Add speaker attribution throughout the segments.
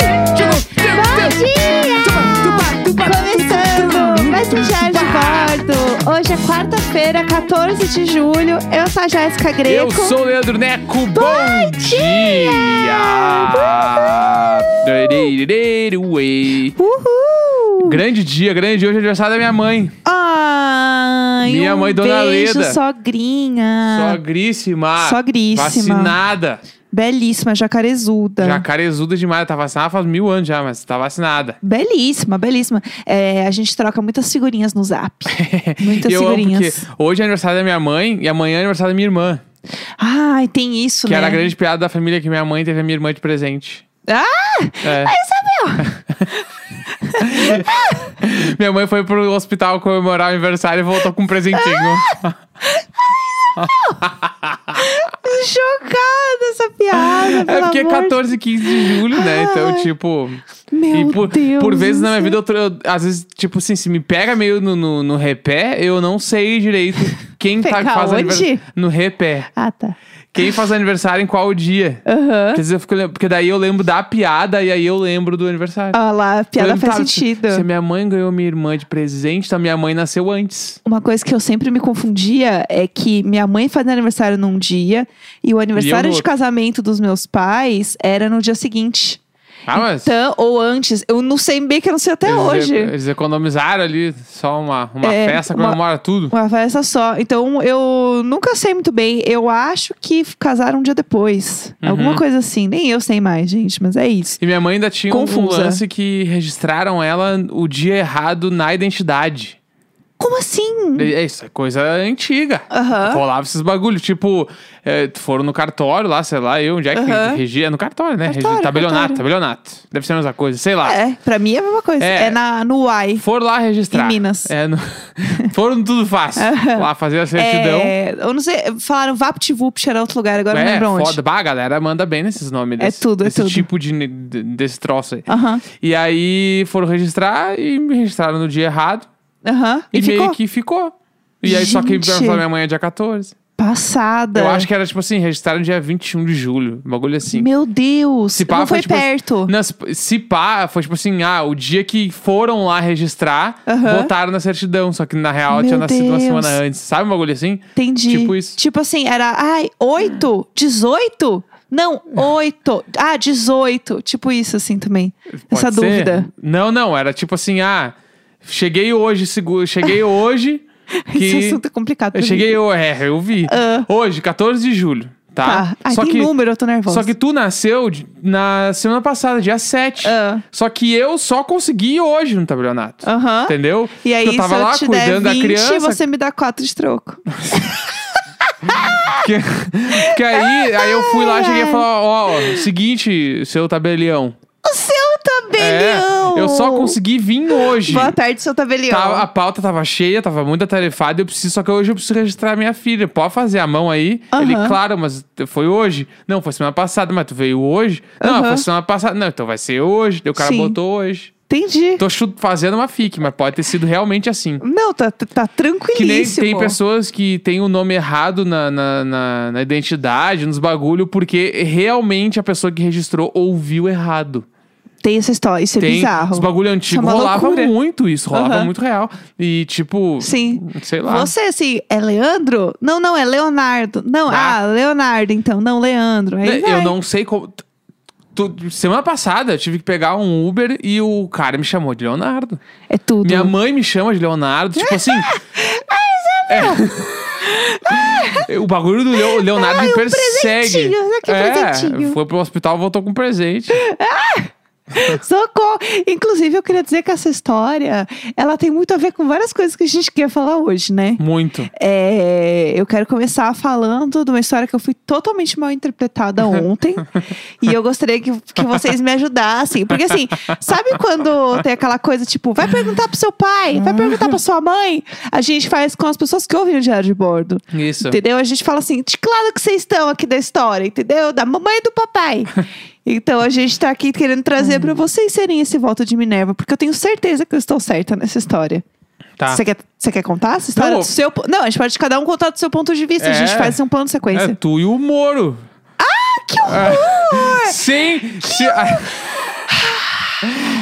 Speaker 1: Jorge um Bordo. Hoje é quarta-feira, 14 de julho. Eu sou a Jéssica Greco.
Speaker 2: Eu sou o Leandro Neco. Bom, dia! Ué.
Speaker 1: Uhul!
Speaker 2: Grande dia, grande dia. Hoje é aniversário da minha mãe.
Speaker 1: Ai,
Speaker 2: Minha
Speaker 1: um
Speaker 2: mãe, Dona
Speaker 1: beijo,
Speaker 2: Leda.
Speaker 1: sogrinha.
Speaker 2: Sogríssima.
Speaker 1: Sogríssima.
Speaker 2: Vacinada.
Speaker 1: Belíssima, jacarezuda.
Speaker 2: Jacarezuda demais. Tá vacinada faz mil anos já, mas tá vacinada.
Speaker 1: Belíssima, belíssima. É, a gente troca muitas figurinhas no zap. Muitas
Speaker 2: E eu amo porque
Speaker 1: figurinhas.
Speaker 2: hoje é aniversário da minha mãe e amanhã é aniversário da minha irmã.
Speaker 1: Ai, tem isso,
Speaker 2: Que
Speaker 1: né?
Speaker 2: era a grande piada da família que minha mãe teve a minha irmã de presente.
Speaker 1: Ah!
Speaker 2: É.
Speaker 1: Aí, Isabel!
Speaker 2: Minha mãe foi pro hospital comemorar o aniversário e voltou com um presentinho.
Speaker 1: Ah! Chocada essa piada, pelo
Speaker 2: É porque é
Speaker 1: amor de
Speaker 2: 14, 15 de julho, né? Então,
Speaker 1: Ai.
Speaker 2: tipo.
Speaker 1: Meu
Speaker 2: e por,
Speaker 1: Deus
Speaker 2: por vezes
Speaker 1: do
Speaker 2: na minha
Speaker 1: céu.
Speaker 2: vida, eu, tro- eu- às vezes, tipo assim, se me pega meio no, no, no repé, eu não sei direito quem tá que
Speaker 1: Pegar
Speaker 2: faz
Speaker 1: onde?
Speaker 2: aniversário. No repé.
Speaker 1: Ah, tá.
Speaker 2: Quem faz aniversário em qual dia?
Speaker 1: Aham.
Speaker 2: Porque, às vezes eu fico lem- porque daí eu lembro da piada e aí eu lembro do aniversário.
Speaker 1: Olha lá, a piada
Speaker 2: Eu lembro, tá,
Speaker 1: faz sentido.
Speaker 2: Se, se a minha mãe ganhou minha irmã de presente, então minha mãe nasceu antes.
Speaker 1: Uma coisa que eu sempre me confundia é que minha mãe faz aniversário num dia e
Speaker 2: E
Speaker 1: o
Speaker 2: eu no
Speaker 1: aniversário de
Speaker 2: outro.
Speaker 1: casamento dos meus pais era no dia seguinte.
Speaker 2: Ah, mas.
Speaker 1: Então, ou antes, eu não sei bem que eu não sei Então, até
Speaker 2: eles,
Speaker 1: hoje.
Speaker 2: Eles economizaram ali só uma, uma
Speaker 1: É,
Speaker 2: festa,
Speaker 1: uma-
Speaker 2: comemora tudo.
Speaker 1: Uma festa só. Então, eu nunca sei muito bem. Eu acho que casaram um dia depois. Alguma coisa assim. Nem eu sei mais, gente, mas é isso.
Speaker 2: E minha mãe ainda tinha um-
Speaker 1: Confusa.
Speaker 2: um lance que registraram ela o dia errado na identidade.
Speaker 1: Como assim?
Speaker 2: É isso, é coisa antiga.
Speaker 1: Aham.
Speaker 2: Rolava esses bagulhos, tipo, é, foram no cartório lá, sei lá, eu, onde é que
Speaker 1: Aham.
Speaker 2: regia? É no cartório, né?
Speaker 1: Cartório,
Speaker 2: Regi- tabelionato,
Speaker 1: cartório.
Speaker 2: tabelionato. Deve ser a mesma coisa, sei lá.
Speaker 1: É, pra mim é a mesma coisa. É,
Speaker 2: É.
Speaker 1: na, no Y.
Speaker 2: For lá registrar.
Speaker 1: Em Minas.
Speaker 2: É, no... Foram no tudo fácil. Lá fazer a certidão.
Speaker 1: É, eu não sei, falaram VaptVupt era outro lugar, agora eu não
Speaker 2: É,
Speaker 1: lembro onde.
Speaker 2: foda. Bah, a galera manda bem nesses nomes.
Speaker 1: É
Speaker 2: Desse,
Speaker 1: tudo, é
Speaker 2: desse
Speaker 1: tudo.
Speaker 2: tipo de, de- desse troço aí.
Speaker 1: Aham,
Speaker 2: E aí foram registrar e me registraram no dia errado.
Speaker 1: aham.
Speaker 2: E,
Speaker 1: E
Speaker 2: meio
Speaker 1: ficou
Speaker 2: que ficou. E aí só que
Speaker 1: Gente. É.
Speaker 2: pra minha mãe é dia 14.
Speaker 1: passada.
Speaker 2: Eu acho que era tipo assim, registraram dia 21 de julho. Um bagulho assim.
Speaker 1: Meu Deus,
Speaker 2: Se pá,
Speaker 1: não foi,
Speaker 2: foi, tipo,
Speaker 1: perto.
Speaker 2: Não, se- se pá, foi tipo assim, ah, o dia que foram lá registrar,
Speaker 1: Aham.
Speaker 2: botaram na certidão. Só que na real
Speaker 1: Meu
Speaker 2: tinha nascido uma
Speaker 1: Deus.
Speaker 2: semana antes. Sabe um bagulho assim?
Speaker 1: Entendi.
Speaker 2: tipo isso.
Speaker 1: Tipo assim, era, ai, 8, 18? Não, 8. Ah, 18. Tipo isso assim também.
Speaker 2: Pode
Speaker 1: Essa
Speaker 2: ser?
Speaker 1: dúvida.
Speaker 2: Não, não, era tipo assim, ah, cheguei hoje, seguro, cheguei hoje.
Speaker 1: Esse
Speaker 2: que
Speaker 1: assunto é complicado. pra
Speaker 2: eu
Speaker 1: mim.
Speaker 2: cheguei, eu, é, eu vi.
Speaker 1: Ah.
Speaker 2: Hoje, 14 de julho, tá?
Speaker 1: Tá. Ai,
Speaker 2: só
Speaker 1: tem
Speaker 2: que
Speaker 1: número, eu tô nervosa.
Speaker 2: só que tu nasceu de- na semana passada, dia 7.
Speaker 1: Ah.
Speaker 2: Só que eu só consegui ir hoje no tabelionato.
Speaker 1: Aham.
Speaker 2: Entendeu?
Speaker 1: E aí,
Speaker 2: eu tava
Speaker 1: se eu
Speaker 2: lá
Speaker 1: te der
Speaker 2: cuidando
Speaker 1: 20,
Speaker 2: da criança.
Speaker 1: você me dá 4 de troco.
Speaker 2: Que, que aí,
Speaker 1: Ah,
Speaker 2: aí eu fui lá, cheguei e
Speaker 1: ai.
Speaker 2: falei, ó, ó, seguinte, seu tabelião.
Speaker 1: O seu tabelião!
Speaker 2: É, eu só consegui vir hoje.
Speaker 1: Boa tarde, seu tabelião.
Speaker 2: Tava- Tá, a pauta tava cheia, tava muito atarefada. Eu preciso, só que hoje eu preciso registrar minha filha. Pode fazer a mão aí?
Speaker 1: Aham.
Speaker 2: Ele, claro, mas foi hoje. Não, foi semana passada, mas tu veio hoje? Não,
Speaker 1: Aham.
Speaker 2: foi semana passada. Não, então vai ser hoje. Daí o cara
Speaker 1: Sim.
Speaker 2: botou hoje.
Speaker 1: Entendi.
Speaker 2: Tô chu- fazendo uma fic, mas pode ter sido realmente assim.
Speaker 1: Não, tá, tá
Speaker 2: Que nem
Speaker 1: tranquilíssimo.
Speaker 2: tem pessoas que têm o nome errado na, na, na- na identidade, nos bagulho, porque realmente a pessoa que registrou ouviu errado.
Speaker 1: Tem essa história, isso é
Speaker 2: tem
Speaker 1: bizarro. é
Speaker 2: os bagulho antigo
Speaker 1: uma
Speaker 2: rolava
Speaker 1: loucura.
Speaker 2: muito isso, rolava
Speaker 1: Aham.
Speaker 2: muito real. E tipo,
Speaker 1: Sim.
Speaker 2: sei lá.
Speaker 1: Você, assim, é Leandro? Não, não, é Leonardo. Não, ah,
Speaker 2: Ah.
Speaker 1: Leonardo, então. Não, Leandro. Aí
Speaker 2: Né,
Speaker 1: vai.
Speaker 2: Eu não sei como. tu- tu- semana passada eu tive que pegar um Uber e o cara me chamou de Leonardo.
Speaker 1: É tudo.
Speaker 2: Minha mãe me chama de Leonardo, tipo assim.
Speaker 1: Ah,
Speaker 2: É. O bagulho do Leo- Leonardo
Speaker 1: Ai,
Speaker 2: me
Speaker 1: um
Speaker 2: persegue.
Speaker 1: presentinho, olha que presentinho.
Speaker 2: é, foi pro hospital, voltou com presente.
Speaker 1: Socorro! Inclusive, eu queria dizer que essa história, ela tem muito a ver com várias coisas que a gente quer falar hoje, né?
Speaker 2: Muito.
Speaker 1: É, eu quero começar falando de uma história que eu fui totalmente mal interpretada ontem. e eu gostaria que, que vocês me ajudassem. Porque assim, sabe quando tem aquela coisa tipo, vai perguntar pro seu pai, vai perguntar pra sua mãe? A gente faz com as pessoas que ouvem o diário de bordo.
Speaker 2: Isso.
Speaker 1: Entendeu? A gente fala assim, de que lado que vocês estão aqui da história, entendeu? Da mamãe e do papai. Então a gente tá aqui querendo trazer pra vocês serem esse voto de Minerva, porque eu tenho certeza que eu estou certa nessa história.
Speaker 2: Tá.
Speaker 1: Você quer, você quer contar essa história
Speaker 2: Não,
Speaker 1: do seu... po- Não, a gente pode cada um contar do seu ponto de vista. A
Speaker 2: É.
Speaker 1: gente faz um plano de
Speaker 2: É
Speaker 1: sequência. Ah.
Speaker 2: tu e o Moro.
Speaker 1: Que horror!
Speaker 2: Sem. se-
Speaker 1: A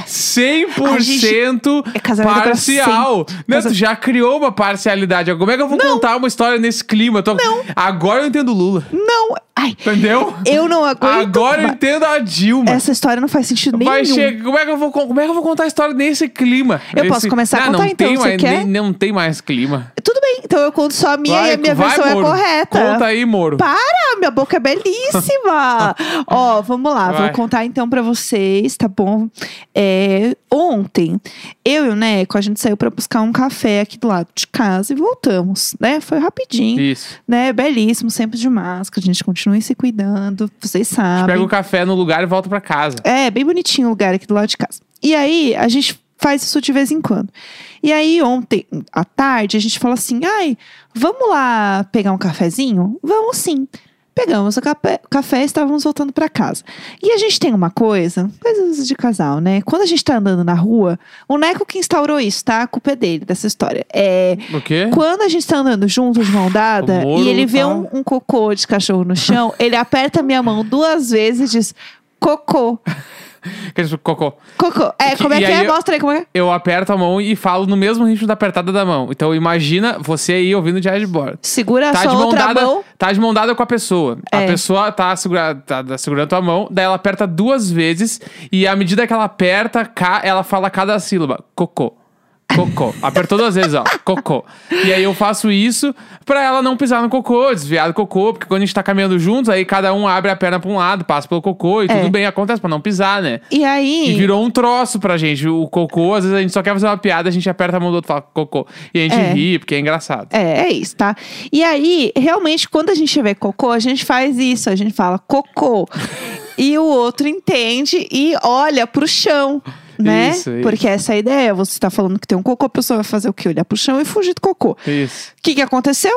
Speaker 2: 100%
Speaker 1: É casamento agora
Speaker 2: parcial.
Speaker 1: sem-
Speaker 2: Não,
Speaker 1: casa-
Speaker 2: tu já criou uma parcialidade. Como é que eu vou contar uma história nesse clima? Eu tô- Agora eu entendo o Lula.
Speaker 1: Não, ai,
Speaker 2: Entendeu?
Speaker 1: eu não aguento.
Speaker 2: Agora eu
Speaker 1: ma-
Speaker 2: entendo a Dilma.
Speaker 1: Essa história não faz sentido nenhum.
Speaker 2: Vai chegar. Como é que eu vou, con- como é que eu vou contar a história nesse clima?
Speaker 1: Eu
Speaker 2: Nesse- Ah,
Speaker 1: posso começar a
Speaker 2: não,
Speaker 1: contar,
Speaker 2: não
Speaker 1: então,
Speaker 2: tem
Speaker 1: você
Speaker 2: mais,
Speaker 1: quer?
Speaker 2: nem- não tem mais clima.
Speaker 1: Tudo bem, então eu conto só a minha e a minha
Speaker 2: vai,
Speaker 1: versão é
Speaker 2: Moro.
Speaker 1: correta.
Speaker 2: Conta aí, Moro.
Speaker 1: Para, minha boca é belíssima. Ó, vamos lá,
Speaker 2: Vai.
Speaker 1: vou contar então pra vocês, tá bom? É, ontem, eu e o Neco, a gente saiu pra buscar um café aqui do lado de casa e voltamos, né? Foi rapidinho,
Speaker 2: Isso.
Speaker 1: né? Belíssimo, sempre de máscara, a gente continua se cuidando, vocês
Speaker 2: A gente
Speaker 1: sabem.
Speaker 2: Pega o café no lugar e volta pra casa.
Speaker 1: É, bem bonitinho o lugar aqui do lado de casa. E aí, a gente faz isso de vez em quando. E aí, ontem à tarde, a gente falou assim: ai, vamos lá pegar um cafezinho? Vamos sim. Pegamos o café, o café e estávamos voltando para casa. E a gente tem uma coisa, coisas de casal, né? Quando a gente tá andando na rua, o Neco que instaurou isso, tá? A culpa é dele, dessa história. É.
Speaker 2: O quê?
Speaker 1: Quando a gente tá andando junto de mão dada
Speaker 2: O Moro
Speaker 1: e ele vê
Speaker 2: tá-
Speaker 1: um, um cocô de cachorro no chão, ele aperta minha mão duas vezes e diz: cocô,
Speaker 2: Quer dizer, Cocô.
Speaker 1: cocô. É,
Speaker 2: Que-
Speaker 1: como é
Speaker 2: e
Speaker 1: que
Speaker 2: aí
Speaker 1: é?
Speaker 2: eu-
Speaker 1: Mostra aí como é.
Speaker 2: Eu aperto a mão e falo no mesmo ritmo da apertada da mão. Então imagina você aí ouvindo de bordo.
Speaker 1: Segura a
Speaker 2: Tá
Speaker 1: sua
Speaker 2: de, mão
Speaker 1: outra
Speaker 2: dada,
Speaker 1: mão.
Speaker 2: tá de mão dada com a pessoa.
Speaker 1: É.
Speaker 2: A pessoa tá, segura, tá, tá segurando tua mão, daí ela aperta duas vezes e à medida que ela aperta, ca- ela fala cada sílaba. Cocô. Cocô. Apertou duas vezes, ó. Cocô. E aí eu faço isso pra ela não pisar no cocô, desviar do cocô, porque quando a gente tá caminhando juntos, aí cada um abre a perna pra um lado, passa pelo cocô e
Speaker 1: É.
Speaker 2: tudo bem, acontece pra não pisar, né?
Speaker 1: E aí.
Speaker 2: E virou um troço pra gente. O cocô, às vezes a gente só quer fazer uma piada, a gente aperta a mão do outro e fala cocô. E a gente
Speaker 1: É.
Speaker 2: ri, porque é engraçado.
Speaker 1: É, é isso, tá? E aí, realmente, quando a gente vê cocô, a gente faz isso, a gente fala cocô. e o outro entende e olha pro chão, né?
Speaker 2: Isso, isso.
Speaker 1: Porque essa é a ideia. Você tá falando que tem um cocô, a pessoa vai fazer o quê? Olhar pro chão e fugir do cocô.
Speaker 2: Isso.
Speaker 1: O que, que aconteceu?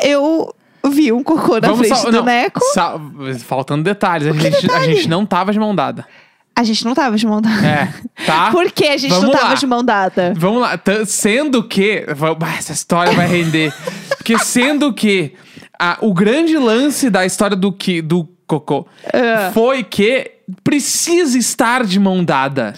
Speaker 1: Eu vi um cocô na frente
Speaker 2: sal-
Speaker 1: do
Speaker 2: não,
Speaker 1: Neco.
Speaker 2: sal- Faltando detalhes. A gente, a gente não tava de mão dada.
Speaker 1: A gente não tava de mão dada.
Speaker 2: É, tá?
Speaker 1: Por que a gente não
Speaker 2: Vamos
Speaker 1: tava
Speaker 2: lá.
Speaker 1: de mão dada?
Speaker 2: Vamos lá. Tan- Sendo que. va- bah, Essa história vai render. Porque sendo que a- o grande lance da história do que do Cocô
Speaker 1: Ah.
Speaker 2: foi que precisa estar de mão dada.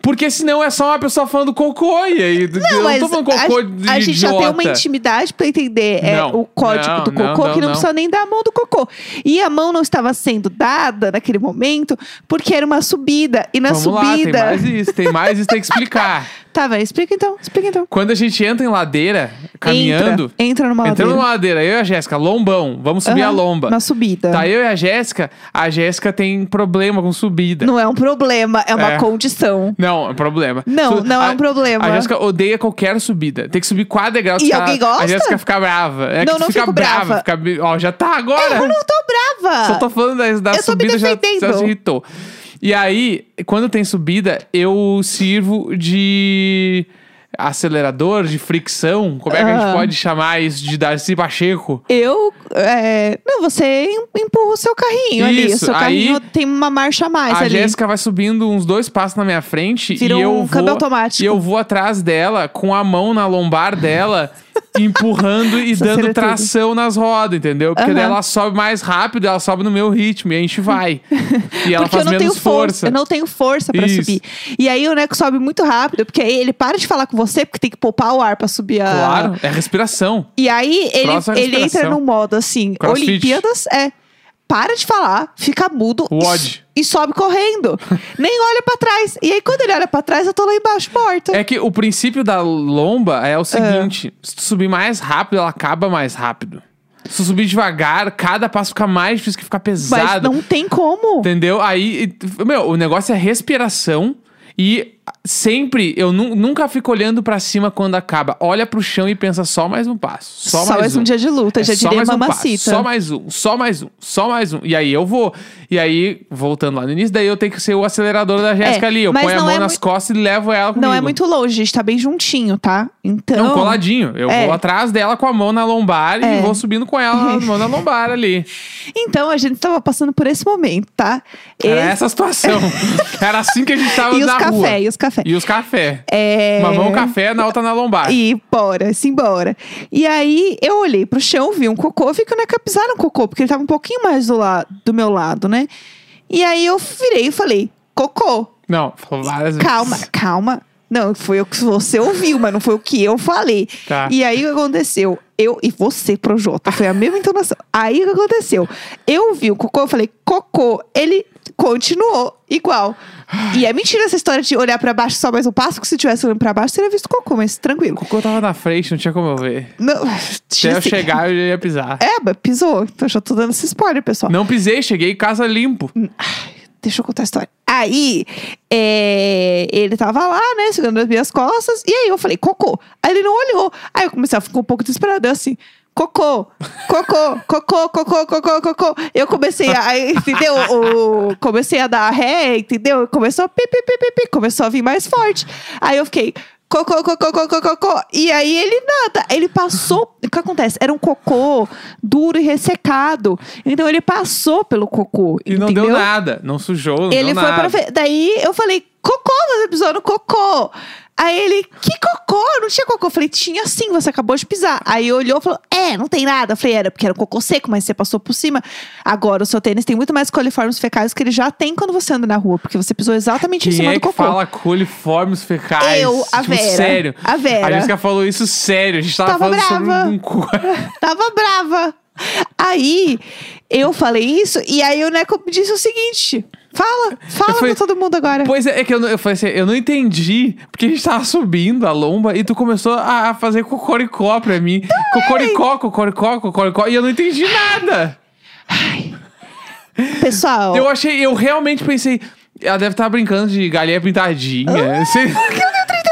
Speaker 2: Porque senão é só uma pessoa falando cocô. E aí, eu não tô falando cocô
Speaker 1: a,
Speaker 2: de
Speaker 1: a gente já tem uma
Speaker 2: idiota.
Speaker 1: intimidade pra entender é,
Speaker 2: Não,
Speaker 1: o código
Speaker 2: não,
Speaker 1: do
Speaker 2: não,
Speaker 1: cocô,
Speaker 2: não,
Speaker 1: que não,
Speaker 2: não.
Speaker 1: precisa nem dar a mão do cocô. E a mão não estava sendo dada naquele momento, porque era uma subida. E na
Speaker 2: Vamos
Speaker 1: subida.
Speaker 2: lá, tem mais isso, tem mais isso, tem que explicar.
Speaker 1: Tá, vai, explica então, explica então.
Speaker 2: Quando a gente entra em ladeira, caminhando,
Speaker 1: Entra, entra numa
Speaker 2: entrando
Speaker 1: ladeira.
Speaker 2: numa ladeira, eu e a Jéssica, lombão, vamos subir a
Speaker 1: Aham,
Speaker 2: lomba.
Speaker 1: Na subida.
Speaker 2: Tá, eu e a Jéssica, a Jéssica tem problema com subida.
Speaker 1: Não é um problema, é uma
Speaker 2: É.
Speaker 1: condição.
Speaker 2: Não, é problema.
Speaker 1: Não, não é um problema.
Speaker 2: A Jéssica odeia qualquer subida. Tem que subir 4 degraus.
Speaker 1: E
Speaker 2: que
Speaker 1: alguém
Speaker 2: ela-
Speaker 1: gosta?
Speaker 2: A Jéssica fica brava. É
Speaker 1: Não,
Speaker 2: que
Speaker 1: não
Speaker 2: fica
Speaker 1: fico brava.
Speaker 2: Fica, bi- ó, já tá agora.
Speaker 1: Eu não tô brava.
Speaker 2: Só tô falando da, da
Speaker 1: Ah, Eu tô me
Speaker 2: subida, já, já
Speaker 1: defendendo.
Speaker 2: se irritou. E aí, quando tem subida, eu sirvo de acelerador, de fricção. Como é que a gente
Speaker 1: Aham.
Speaker 2: pode chamar isso de Darcy Pacheco?
Speaker 1: Eu. é, não, você em- empurra o seu carrinho ali. O
Speaker 2: Isso,
Speaker 1: seu
Speaker 2: aí-
Speaker 1: carrinho tem uma marcha a mais
Speaker 2: a
Speaker 1: ali.
Speaker 2: Jéssica vai subindo uns dois passos na minha frente
Speaker 1: é Vira
Speaker 2: e eu
Speaker 1: um
Speaker 2: vou,
Speaker 1: câmbio automático.
Speaker 2: E eu vou atrás dela com a mão na lombar dela. Empurrando e
Speaker 1: Essa
Speaker 2: dando
Speaker 1: cena é tudo.
Speaker 2: tração nas rodas, entendeu? Porque daí
Speaker 1: Aham.
Speaker 2: ela sobe mais rápido, ela sobe no meu ritmo e a gente vai. E ela
Speaker 1: porque
Speaker 2: faz
Speaker 1: eu não
Speaker 2: menos
Speaker 1: tenho
Speaker 2: força.
Speaker 1: Eu não tenho força pra
Speaker 2: Isso.
Speaker 1: subir. E aí o Neco sobe muito rápido, porque aí ele para de falar com você, porque tem que poupar o ar pra subir a.
Speaker 2: Claro, é respiração.
Speaker 1: E aí ele,
Speaker 2: Próxima
Speaker 1: ele entra
Speaker 2: respiração.
Speaker 1: num modo assim:
Speaker 2: Crossfit.
Speaker 1: Olimpíadas é. Para de falar, fica mudo
Speaker 2: O
Speaker 1: e-
Speaker 2: ódio.
Speaker 1: e sobe correndo. Nem olha pra trás. E aí, quando ele olha pra trás, eu tô lá embaixo, morta.
Speaker 2: É que o princípio da lomba é o seguinte: se tu subir mais rápido, ela acaba mais rápido. Se tu subir devagar, cada passo fica mais difícil que fica pesado.
Speaker 1: Mas não tem como.
Speaker 2: Entendeu? Aí, e- meu, o negócio é respiração e sempre, eu nu- nunca fico olhando pra cima quando acaba. Olha pro chão e pensa só mais um passo. Só, mais, um.
Speaker 1: dia de luta, já
Speaker 2: É só
Speaker 1: diria
Speaker 2: mais um
Speaker 1: mamacita.
Speaker 2: passo, só mais um, só mais um, só mais um. E aí eu vou. E aí, voltando lá no início, daí eu tenho que ser o acelerador da Jéssica ali. Eu
Speaker 1: mas
Speaker 2: ponho a
Speaker 1: não
Speaker 2: mão
Speaker 1: é
Speaker 2: nas
Speaker 1: mui-
Speaker 2: costas e levo ela um comigo.
Speaker 1: Não é muito longe, a gente tá bem juntinho, tá? Então.
Speaker 2: Não, coladinho. Eu
Speaker 1: É.
Speaker 2: vou atrás dela com a mão na lombar
Speaker 1: É.
Speaker 2: e vou subindo com ela, mão na lombar ali.
Speaker 1: Então a gente tava passando por esse momento, tá?
Speaker 2: Era
Speaker 1: Esse-
Speaker 2: essa a situação. Era assim que a gente tava
Speaker 1: E os
Speaker 2: na é rua.
Speaker 1: café, e os café.
Speaker 2: E os café.
Speaker 1: É...
Speaker 2: Uma mão um café, na outra na lombar.
Speaker 1: E bora, simbora. E aí eu olhei pro chão, vi um cocô, vi que o Neca pisaram um cocô, porque ele tava um pouquinho mais do, la... do meu lado, né? E aí eu virei e falei, cocô.
Speaker 2: Não, falou várias vezes.
Speaker 1: Calma, calma. Não, foi o que você ouviu, mas não foi o que eu falei.
Speaker 2: Tá.
Speaker 1: E aí o que aconteceu? Eu e você, Projota, foi a mesma entonação. Aí o que aconteceu? Eu vi o cocô, eu falei, cocô. Ele continuou igual. E é mentira essa história de olhar pra baixo só mais um passo, que se tivesse olhando pra baixo, teria visto cocô, mas
Speaker 2: O
Speaker 1: tranquilo.
Speaker 2: cocô tava na frente, não tinha como eu ver.
Speaker 1: Não,
Speaker 2: Se eu
Speaker 1: assim,
Speaker 2: chegar, eu ia pisar.
Speaker 1: É, mas pisou. Então já tô dando esse spoiler, pessoal.
Speaker 2: Não pisei, cheguei em casa limpo.
Speaker 1: Deixa eu contar a história. Aí, é, ele tava lá, né, segurando as minhas costas. E aí eu falei, cocô. Aí ele não olhou. Aí eu comecei a ficar um pouco desesperada, eu assim... Cocô, cocô, cocô, cocô, cocô, cocô. Eu comecei a, aí, entendeu? O, comecei a dar ré, entendeu? Começou a pi, pi, pi, pi, pi, começou a vir mais forte. Aí eu fiquei cocô, cocô, cocô, cocô. E aí ele nada. Ele passou. O que acontece? Era um cocô duro e ressecado. Então ele passou pelo cocô.
Speaker 2: E não
Speaker 1: entendeu?
Speaker 2: deu nada. Não sujou, não deu
Speaker 1: Ele foi
Speaker 2: Tipo, nada.
Speaker 1: pra ver. Daí eu falei, cocô, você pisou no cocô. Aí ele, que cocô? Não tinha cocô. Eu falei, tinha sim, você acabou de pisar. Aí olhou e falou, é, não tem nada. Eu falei, era porque era um cocô seco, mas você passou por cima. Agora o seu tênis tem muito mais coliformes fecais que ele já tem quando você anda na rua, porque você pisou exatamente em
Speaker 2: Quem
Speaker 1: cima
Speaker 2: é
Speaker 1: do
Speaker 2: que
Speaker 1: cocô.
Speaker 2: fala coliformes fecais?
Speaker 1: Eu, a
Speaker 2: Tipo,
Speaker 1: Vera.
Speaker 2: sério.
Speaker 1: A Vera.
Speaker 2: Jéssica falou isso sério. A gente tava,
Speaker 1: Tava
Speaker 2: falando
Speaker 1: brava.
Speaker 2: sobre um cu.
Speaker 1: Tava brava. Aí eu falei isso, e aí o Neco disse o seguinte: fala, fala
Speaker 2: Eu falei,
Speaker 1: pra todo mundo agora.
Speaker 2: Pois é, é que eu, não- eu falei assim, eu não entendi, porque a gente tava subindo a lomba e tu começou a, a fazer cocoricó pra mim. Cocoricó, cocoricó, cocoricó, e eu não entendi nada.
Speaker 1: Pessoal.
Speaker 2: Eu achei, eu realmente pensei, ela deve estar brincando de galinha
Speaker 1: Ah,
Speaker 2: pintadinha. sei lá.
Speaker 1: Porque eu tenho 32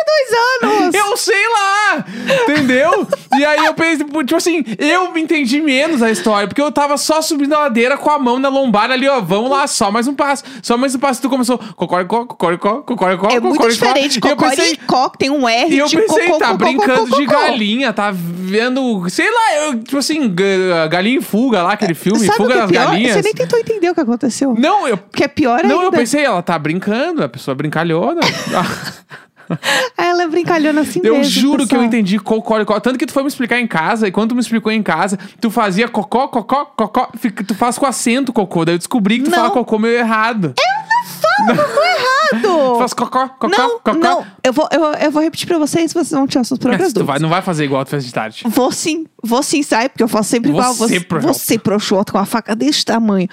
Speaker 1: anos!
Speaker 2: Eu sei lá! Entendeu? e aí eu pensei, tipo assim, eu me entendi menos a história, porque eu tava só subindo a ladeira com a mão na lombar ali, ó, vamos lá, só mais um passo, só mais um passo. Tu começou, cocoricó, cocoricó, cocoricó,
Speaker 1: É muito
Speaker 2: cocoricó.
Speaker 1: diferente.
Speaker 2: E eu pensei,
Speaker 1: Cocoricó, que tem um R
Speaker 2: e eu
Speaker 1: de
Speaker 2: pensei,
Speaker 1: cocô,
Speaker 2: tá
Speaker 1: cocô,
Speaker 2: brincando
Speaker 1: cocô,
Speaker 2: de
Speaker 1: cocô.
Speaker 2: galinha, tá vendo, sei lá, eu, tipo assim, ga- Galinha em Fuga lá, aquele filme,
Speaker 1: Sabe
Speaker 2: Fuga
Speaker 1: o que é
Speaker 2: das
Speaker 1: pior?
Speaker 2: Galinhas.
Speaker 1: Você nem tentou entender o que aconteceu.
Speaker 2: Não, eu...
Speaker 1: Porque é pior
Speaker 2: Não, eu
Speaker 1: ainda.
Speaker 2: pensei, ela tá brincando, a pessoa brincalhona.
Speaker 1: Ah, Ela é brincalhona assim
Speaker 2: Eu
Speaker 1: mesmo,
Speaker 2: juro que eu
Speaker 1: pessoal.
Speaker 2: entendi cocoricó. Tanto que tu foi me explicar em casa, e quando tu me explicou em casa, tu fazia cocó, cocó, cocó. fica- Tu faz com acento cocô. Daí eu descobri que tu
Speaker 1: Não.
Speaker 2: fala cocô meio errado.
Speaker 1: Ah, é Errado!
Speaker 2: Tu faz cocó, cocó,
Speaker 1: não,
Speaker 2: cocó.
Speaker 1: não. Eu vou, eu, eu vou repetir pra vocês, vocês vão tirar suas próprias
Speaker 2: Mas tu
Speaker 1: dúvidas.
Speaker 2: vai, não vai fazer igual tu fez de tarde.
Speaker 1: Vou sim, vou sim, sai, porque eu faço sempre igual a
Speaker 2: Você,
Speaker 1: você.
Speaker 2: Projota.
Speaker 1: Você, Projota, com a faca desse tamanho.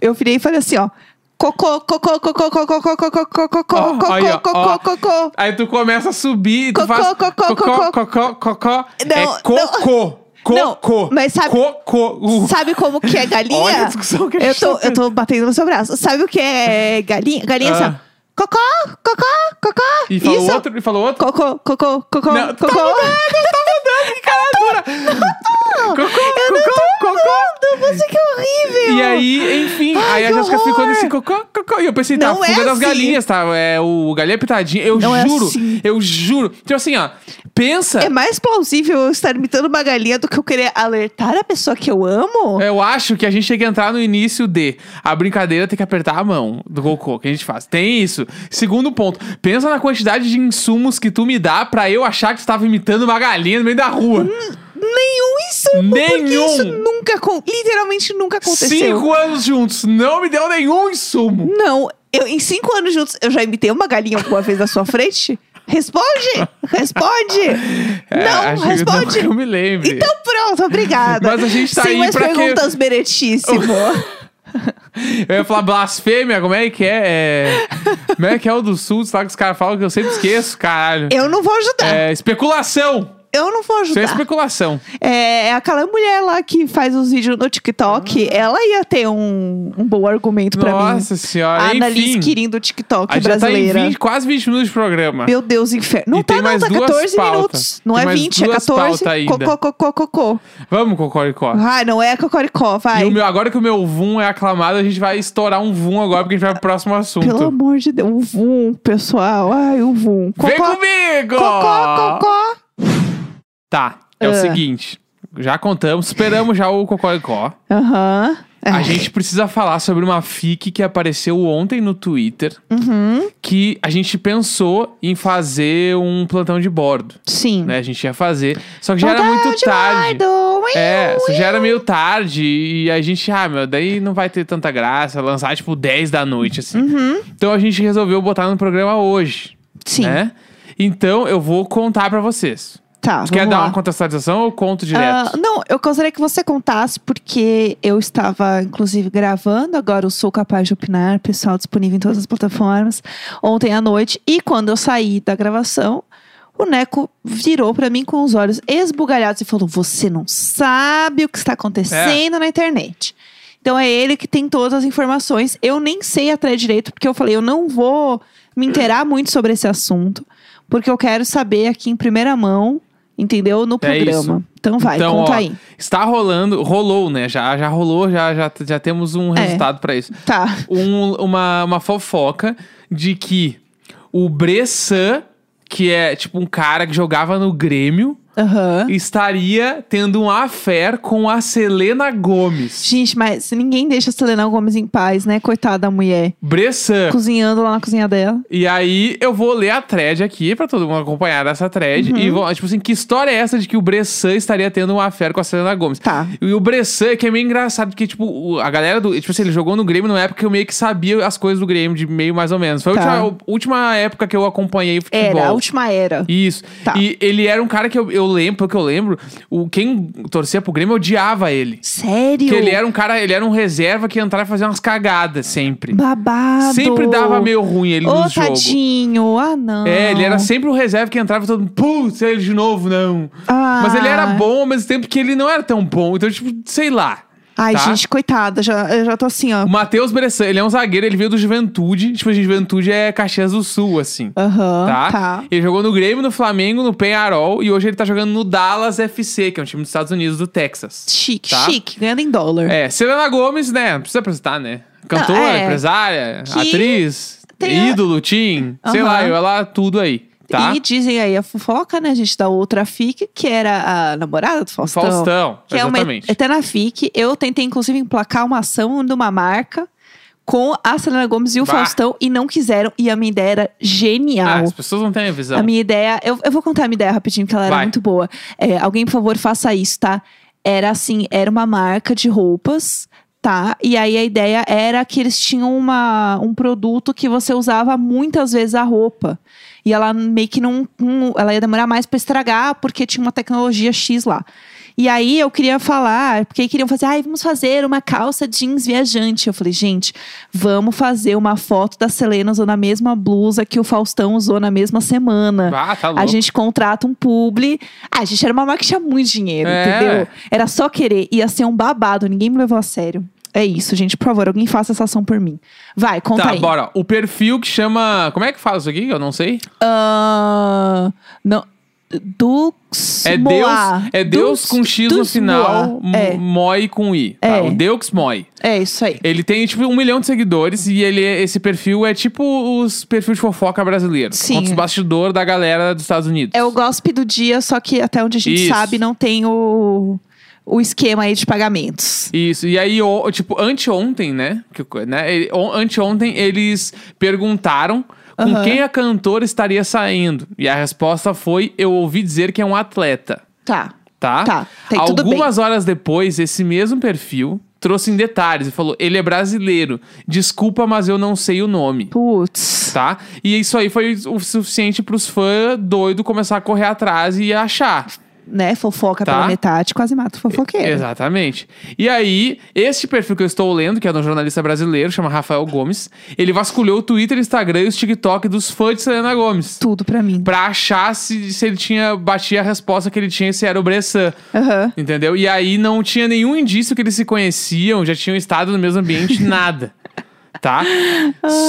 Speaker 1: Eu virei e falei assim, ó. Cocô, cocô, cocô, cocô, cocô, cocô, cocô,
Speaker 2: Ó, aí, ó,
Speaker 1: cocô,
Speaker 2: ó.
Speaker 1: cocô, cocô.
Speaker 2: Aí tu começa a subir, tu
Speaker 1: Cocô,
Speaker 2: faz
Speaker 1: cocô,
Speaker 2: cocó,
Speaker 1: cocô.
Speaker 2: cocó, cocó.
Speaker 1: Não,
Speaker 2: É
Speaker 1: não.
Speaker 2: cocô,
Speaker 1: Não,
Speaker 2: cocô,
Speaker 1: mas sabe-
Speaker 2: cocô. Uh,
Speaker 1: Sabe como que é galinha?
Speaker 2: Olha a discussão que a
Speaker 1: eu
Speaker 2: gente
Speaker 1: tô,
Speaker 2: tá
Speaker 1: eu tô batendo no seu braço. Sabe o que é galinha? Galinha é assim, ó.
Speaker 2: Ah.
Speaker 1: Cocó, cocó, cocó.
Speaker 2: E falou
Speaker 1: Isso. é-
Speaker 2: outro, e falou outro.
Speaker 1: Cocô, cocô, cocô,
Speaker 2: Não, tá
Speaker 1: cocô.
Speaker 2: Que cara dura. Cocô, cocô, cocô.
Speaker 1: Não, você que é horrível.
Speaker 2: E aí, enfim,
Speaker 1: Ai,
Speaker 2: aí a
Speaker 1: que
Speaker 2: Jéssica
Speaker 1: horror!
Speaker 2: ficou nesse cocô, cocô. E eu pensei, tá,
Speaker 1: Não
Speaker 2: fuga
Speaker 1: é
Speaker 2: das
Speaker 1: assim.
Speaker 2: galinhas, tá? É o galinha pitadinha. Eu
Speaker 1: Não é
Speaker 2: juro,
Speaker 1: assim.
Speaker 2: eu juro. Tipo assim, ó, pensa.
Speaker 1: É mais plausível eu estar imitando uma galinha do que eu querer alertar a pessoa que eu amo?
Speaker 2: Eu acho que a gente tem que entrar no início de a brincadeira tem que apertar a mão do cocô que a gente faz. Tem isso. Segundo ponto, pensa na quantidade de insumos que tu me dá pra eu achar que tu tava imitando uma galinha no meio da rua.
Speaker 1: Hum, Nenhum insumo, porque
Speaker 2: Nenhum.
Speaker 1: isso nunca, acon- literalmente nunca aconteceu.
Speaker 2: Cinco anos juntos, não me deu nenhum insumo.
Speaker 1: Não, eu, em cinco anos juntos, eu já imitei uma galinha alguma vez na sua frente? Responde! Responde!
Speaker 2: É,
Speaker 1: não,
Speaker 2: acho que não
Speaker 1: responde!
Speaker 2: que eu me lembro.
Speaker 1: Então pronto, obrigada.
Speaker 2: Mas a gente tá
Speaker 1: Sem
Speaker 2: aí
Speaker 1: mais
Speaker 2: pra quê?
Speaker 1: perguntas, Beretíssimo.
Speaker 2: Eu ia falar blasfêmia, como é que é? É, Como é que é o do sul, sabe que os caras falam que eu sempre esqueço, caralho.
Speaker 1: eu Tá. não vou ajudar.
Speaker 2: É, especulação.
Speaker 1: Eu não vou
Speaker 2: Isso é
Speaker 1: ajudar.
Speaker 2: especulação.
Speaker 1: É, é aquela mulher lá que faz os vídeos no TikTok. Ela ia ter um, um bom argumento pra mim.
Speaker 2: Ah. Nossa senhora,
Speaker 1: A Annalise
Speaker 2: enfim.
Speaker 1: Quirim do TikTok
Speaker 2: a gente já tá em
Speaker 1: brasileira.
Speaker 2: 20, quase 20 minutos de programa.
Speaker 1: Meu Deus, inferno. Não
Speaker 2: E
Speaker 1: tá,
Speaker 2: tem
Speaker 1: não,
Speaker 2: mais
Speaker 1: tá
Speaker 2: duas
Speaker 1: 14
Speaker 2: pautas.
Speaker 1: minutos. Não
Speaker 2: Tem
Speaker 1: é
Speaker 2: mais
Speaker 1: 20, é
Speaker 2: duas
Speaker 1: 14.
Speaker 2: pautas ainda.
Speaker 1: Cocô, cocô, cocô.
Speaker 2: Vamos, Cocoricó.
Speaker 1: Ai, não é Cocoricó,
Speaker 2: E
Speaker 1: vai.
Speaker 2: o meu, agora que o meu VUM é aclamado, a gente vai estourar um VUM agora, porque a gente vai pro próximo assunto.
Speaker 1: Pelo amor de Deus. O Vum, pessoal. Ai, o Vum.
Speaker 2: Vem
Speaker 1: Cocó,
Speaker 2: comigo!
Speaker 1: cocó, cocó.
Speaker 2: Tá, é o
Speaker 1: Ah.
Speaker 2: seguinte. Já contamos, superamos já o Cocoricó.
Speaker 1: Aham.
Speaker 2: A
Speaker 1: É.
Speaker 2: gente precisa falar sobre uma fic que apareceu ontem no Twitter,
Speaker 1: Uhum.
Speaker 2: que a gente pensou em fazer um plantão de bordo,
Speaker 1: Sim.
Speaker 2: né? A gente ia fazer, só que já era
Speaker 1: Plantão
Speaker 2: muito
Speaker 1: de
Speaker 2: tarde.
Speaker 1: bordo,
Speaker 2: É, isso já era meio tarde e a gente, ah, meu, daí não vai ter tanta graça lançar tipo 10 da noite, assim. Então a gente resolveu botar no programa hoje.
Speaker 1: Uhum. Sim.
Speaker 2: Né? Então eu vou contar pra vocês.
Speaker 1: Tá,
Speaker 2: Tu quer
Speaker 1: vamos
Speaker 2: dar
Speaker 1: lá.
Speaker 2: uma contextualização ou eu conto direto?
Speaker 1: Ah, não, eu gostaria que você contasse, porque eu estava, inclusive, gravando agora o Sou Capaz de Opinar, pessoal disponível em todas as plataformas, ontem à noite. E quando eu saí da gravação, o Neco virou pra mim com os olhos esbugalhados e falou: Você não sabe o que está acontecendo na internet. Então é ele que tem todas as informações. Eu nem sei atrás direito, porque eu falei: Eu não vou me inteirar muito sobre esse assunto, porque eu quero saber aqui em primeira mão. Entendeu? No
Speaker 2: É
Speaker 1: programa. Então vai,
Speaker 2: Então,
Speaker 1: conta
Speaker 2: ó,
Speaker 1: aí.
Speaker 2: Está rolando, rolou, né? Já, já rolou, já, já, já temos um
Speaker 1: É.
Speaker 2: resultado pra isso.
Speaker 1: Tá.
Speaker 2: um- uma, uma fofoca de que o Bressan, que é tipo um cara que jogava no Grêmio,
Speaker 1: Aham.
Speaker 2: estaria tendo um affair com a Selena Gomes.
Speaker 1: Gente, mas ninguém deixa a Selena Gomes em paz, né? Coitada da mulher.
Speaker 2: Bressan.
Speaker 1: Cozinhando lá na cozinha dela.
Speaker 2: E aí eu vou ler a thread aqui pra todo mundo acompanhar essa thread. E
Speaker 1: Uhum.
Speaker 2: vão, tipo assim, que história é essa de que o Bressan estaria tendo um affair com a Selena Gomes?
Speaker 1: Tá.
Speaker 2: E o Bressan, que é meio engraçado, porque, tipo, o- a galera do. Tipo assim, ele jogou no Grêmio numa época que eu meio que sabia as coisas do Grêmio, de meio mais ou menos. Foi
Speaker 1: Tá.
Speaker 2: a última, última época que eu acompanhei futebol.
Speaker 1: Era, a última era.
Speaker 2: Isso.
Speaker 1: Tá.
Speaker 2: E ele era um cara que eu, eu lembro, pelo que eu lembro, o, quem torcia pro Grêmio odiava ele.
Speaker 1: Sério?
Speaker 2: Porque ele era um cara, ele era um reserva que entrava e fazia umas cagadas sempre.
Speaker 1: Babado.
Speaker 2: assim. Sempre dava meio ruim ele
Speaker 1: Ô,
Speaker 2: no jogo.
Speaker 1: tadinho. Ah, não.
Speaker 2: É, ele era sempre o reserva que entrava e todo mundo, putz, ele de novo, não.
Speaker 1: Ah.
Speaker 2: Mas ele era bom ao mesmo tempo que ele não era tão bom. Então, tipo, sei lá.
Speaker 1: Ai,
Speaker 2: tá?
Speaker 1: gente, coitada. Já, eu já tô assim, ó.
Speaker 2: O Matheus Bressan, ele é um zagueiro, ele veio do Juventude. Tipo, a Juventude é Caxias do Sul, assim.
Speaker 1: Aham.
Speaker 2: Tá?
Speaker 1: tá.
Speaker 2: Ele jogou no Grêmio, no Flamengo, no Penharol e hoje ele tá jogando no Dallas FC, que é um time dos Estados Unidos, do Texas.
Speaker 1: Chique,
Speaker 2: Tá?
Speaker 1: chique. Ganhando em dólar.
Speaker 2: É, Selena Gomes, né? Não precisa apresentar, né? Cantora,
Speaker 1: Não, é.
Speaker 2: empresária,
Speaker 1: Que
Speaker 2: atriz,
Speaker 1: tem a-
Speaker 2: ídolo, Tim, sei
Speaker 1: Aham.
Speaker 2: lá, eu ela tudo aí, tá?
Speaker 1: E dizem aí a fofoca, né, gente, da outra FIC, que era a namorada do Faustão.
Speaker 2: Faustão,
Speaker 1: que
Speaker 2: exatamente.
Speaker 1: é uma eterna FIC. Eu tentei, inclusive, emplacar uma ação de uma marca com a Selena Gomes e o
Speaker 2: Bah.
Speaker 1: Faustão e não quiseram. E a minha ideia era
Speaker 2: Ah,
Speaker 1: genial.
Speaker 2: as pessoas não têm a visão.
Speaker 1: a minha ideia. Eu, eu vou contar a minha ideia rapidinho, porque ela era
Speaker 2: Vai.
Speaker 1: muito boa. É, alguém, por favor, faça isso, tá? Era assim, era uma marca de roupas. Tá? E aí a ideia era que eles tinham uma, um produto que você usava muitas vezes a roupa. E ela meio que não, não- Ela ia demorar mais pra estragar, porque tinha uma tecnologia X lá. E aí eu queria falar, porque queriam fazer, ai, vamos fazer uma calça jeans viajante. Eu falei, gente, vamos fazer uma foto da Selena usando a mesma blusa que o Faustão usou na mesma semana.
Speaker 2: Ah, tá louco.
Speaker 1: A gente contrata um publi. Ah, a gente era uma marca que tinha muito dinheiro,
Speaker 2: É.
Speaker 1: entendeu? Era só querer. Ia ser um babado, ninguém me levou a sério. É isso, gente. Por favor, alguém faça essa ação por mim. Vai, conta
Speaker 2: Tá,
Speaker 1: aí.
Speaker 2: bora. O perfil que chama. Como é que fala isso aqui? Eu não sei.
Speaker 1: Ah, não. Dux
Speaker 2: É Deus,
Speaker 1: Moá.
Speaker 2: é Deus
Speaker 1: Dux-
Speaker 2: com X no
Speaker 1: Dux
Speaker 2: final, Hum,
Speaker 1: Moá. É,
Speaker 2: Moi com I. tá?
Speaker 1: É.
Speaker 2: O Deux Moi.
Speaker 1: é isso aí.
Speaker 2: Ele tem, tipo, um milhão de seguidores e ele, esse perfil é tipo os perfis de fofoca brasileiros.
Speaker 1: Sim.
Speaker 2: Conta os bastidores da galera dos Estados Unidos.
Speaker 1: É o gospe do dia, só que até onde a gente
Speaker 2: Isso.
Speaker 1: sabe não tem o, o esquema aí de pagamentos.
Speaker 2: Isso, e aí, o- tipo, anteontem, né? Que co- né ele- on- anteontem eles perguntaram com
Speaker 1: Aham.
Speaker 2: quem a cantora estaria saindo. E a resposta foi: eu ouvi dizer que é um atleta.
Speaker 1: Tá.
Speaker 2: Tá?
Speaker 1: Tá, tem tudo
Speaker 2: Algumas horas depois, esse mesmo perfil trouxe em detalhes e falou: ele é brasileiro. Desculpa, mas eu não sei o nome.
Speaker 1: Putz.
Speaker 2: Tá? E isso aí foi o suficiente pros fãs doido começar a correr atrás e achar.
Speaker 1: Né? Fofoca
Speaker 2: Tá.
Speaker 1: pela metade, quase mata o fofoqueiro.
Speaker 2: Exatamente. E aí, este perfil que eu estou lendo, que é de um jornalista brasileiro, chama Rafael Gomes, ele vasculhou o Twitter, Instagram e os TikTok dos fãs de Selena Gomes.
Speaker 1: Tudo pra mim.
Speaker 2: Pra achar se, se ele tinha batia a resposta que ele tinha e se era o Bressan.
Speaker 1: Aham.
Speaker 2: Entendeu? E aí não tinha nenhum indício que eles se conheciam, já tinham estado no mesmo ambiente, nada. Tá?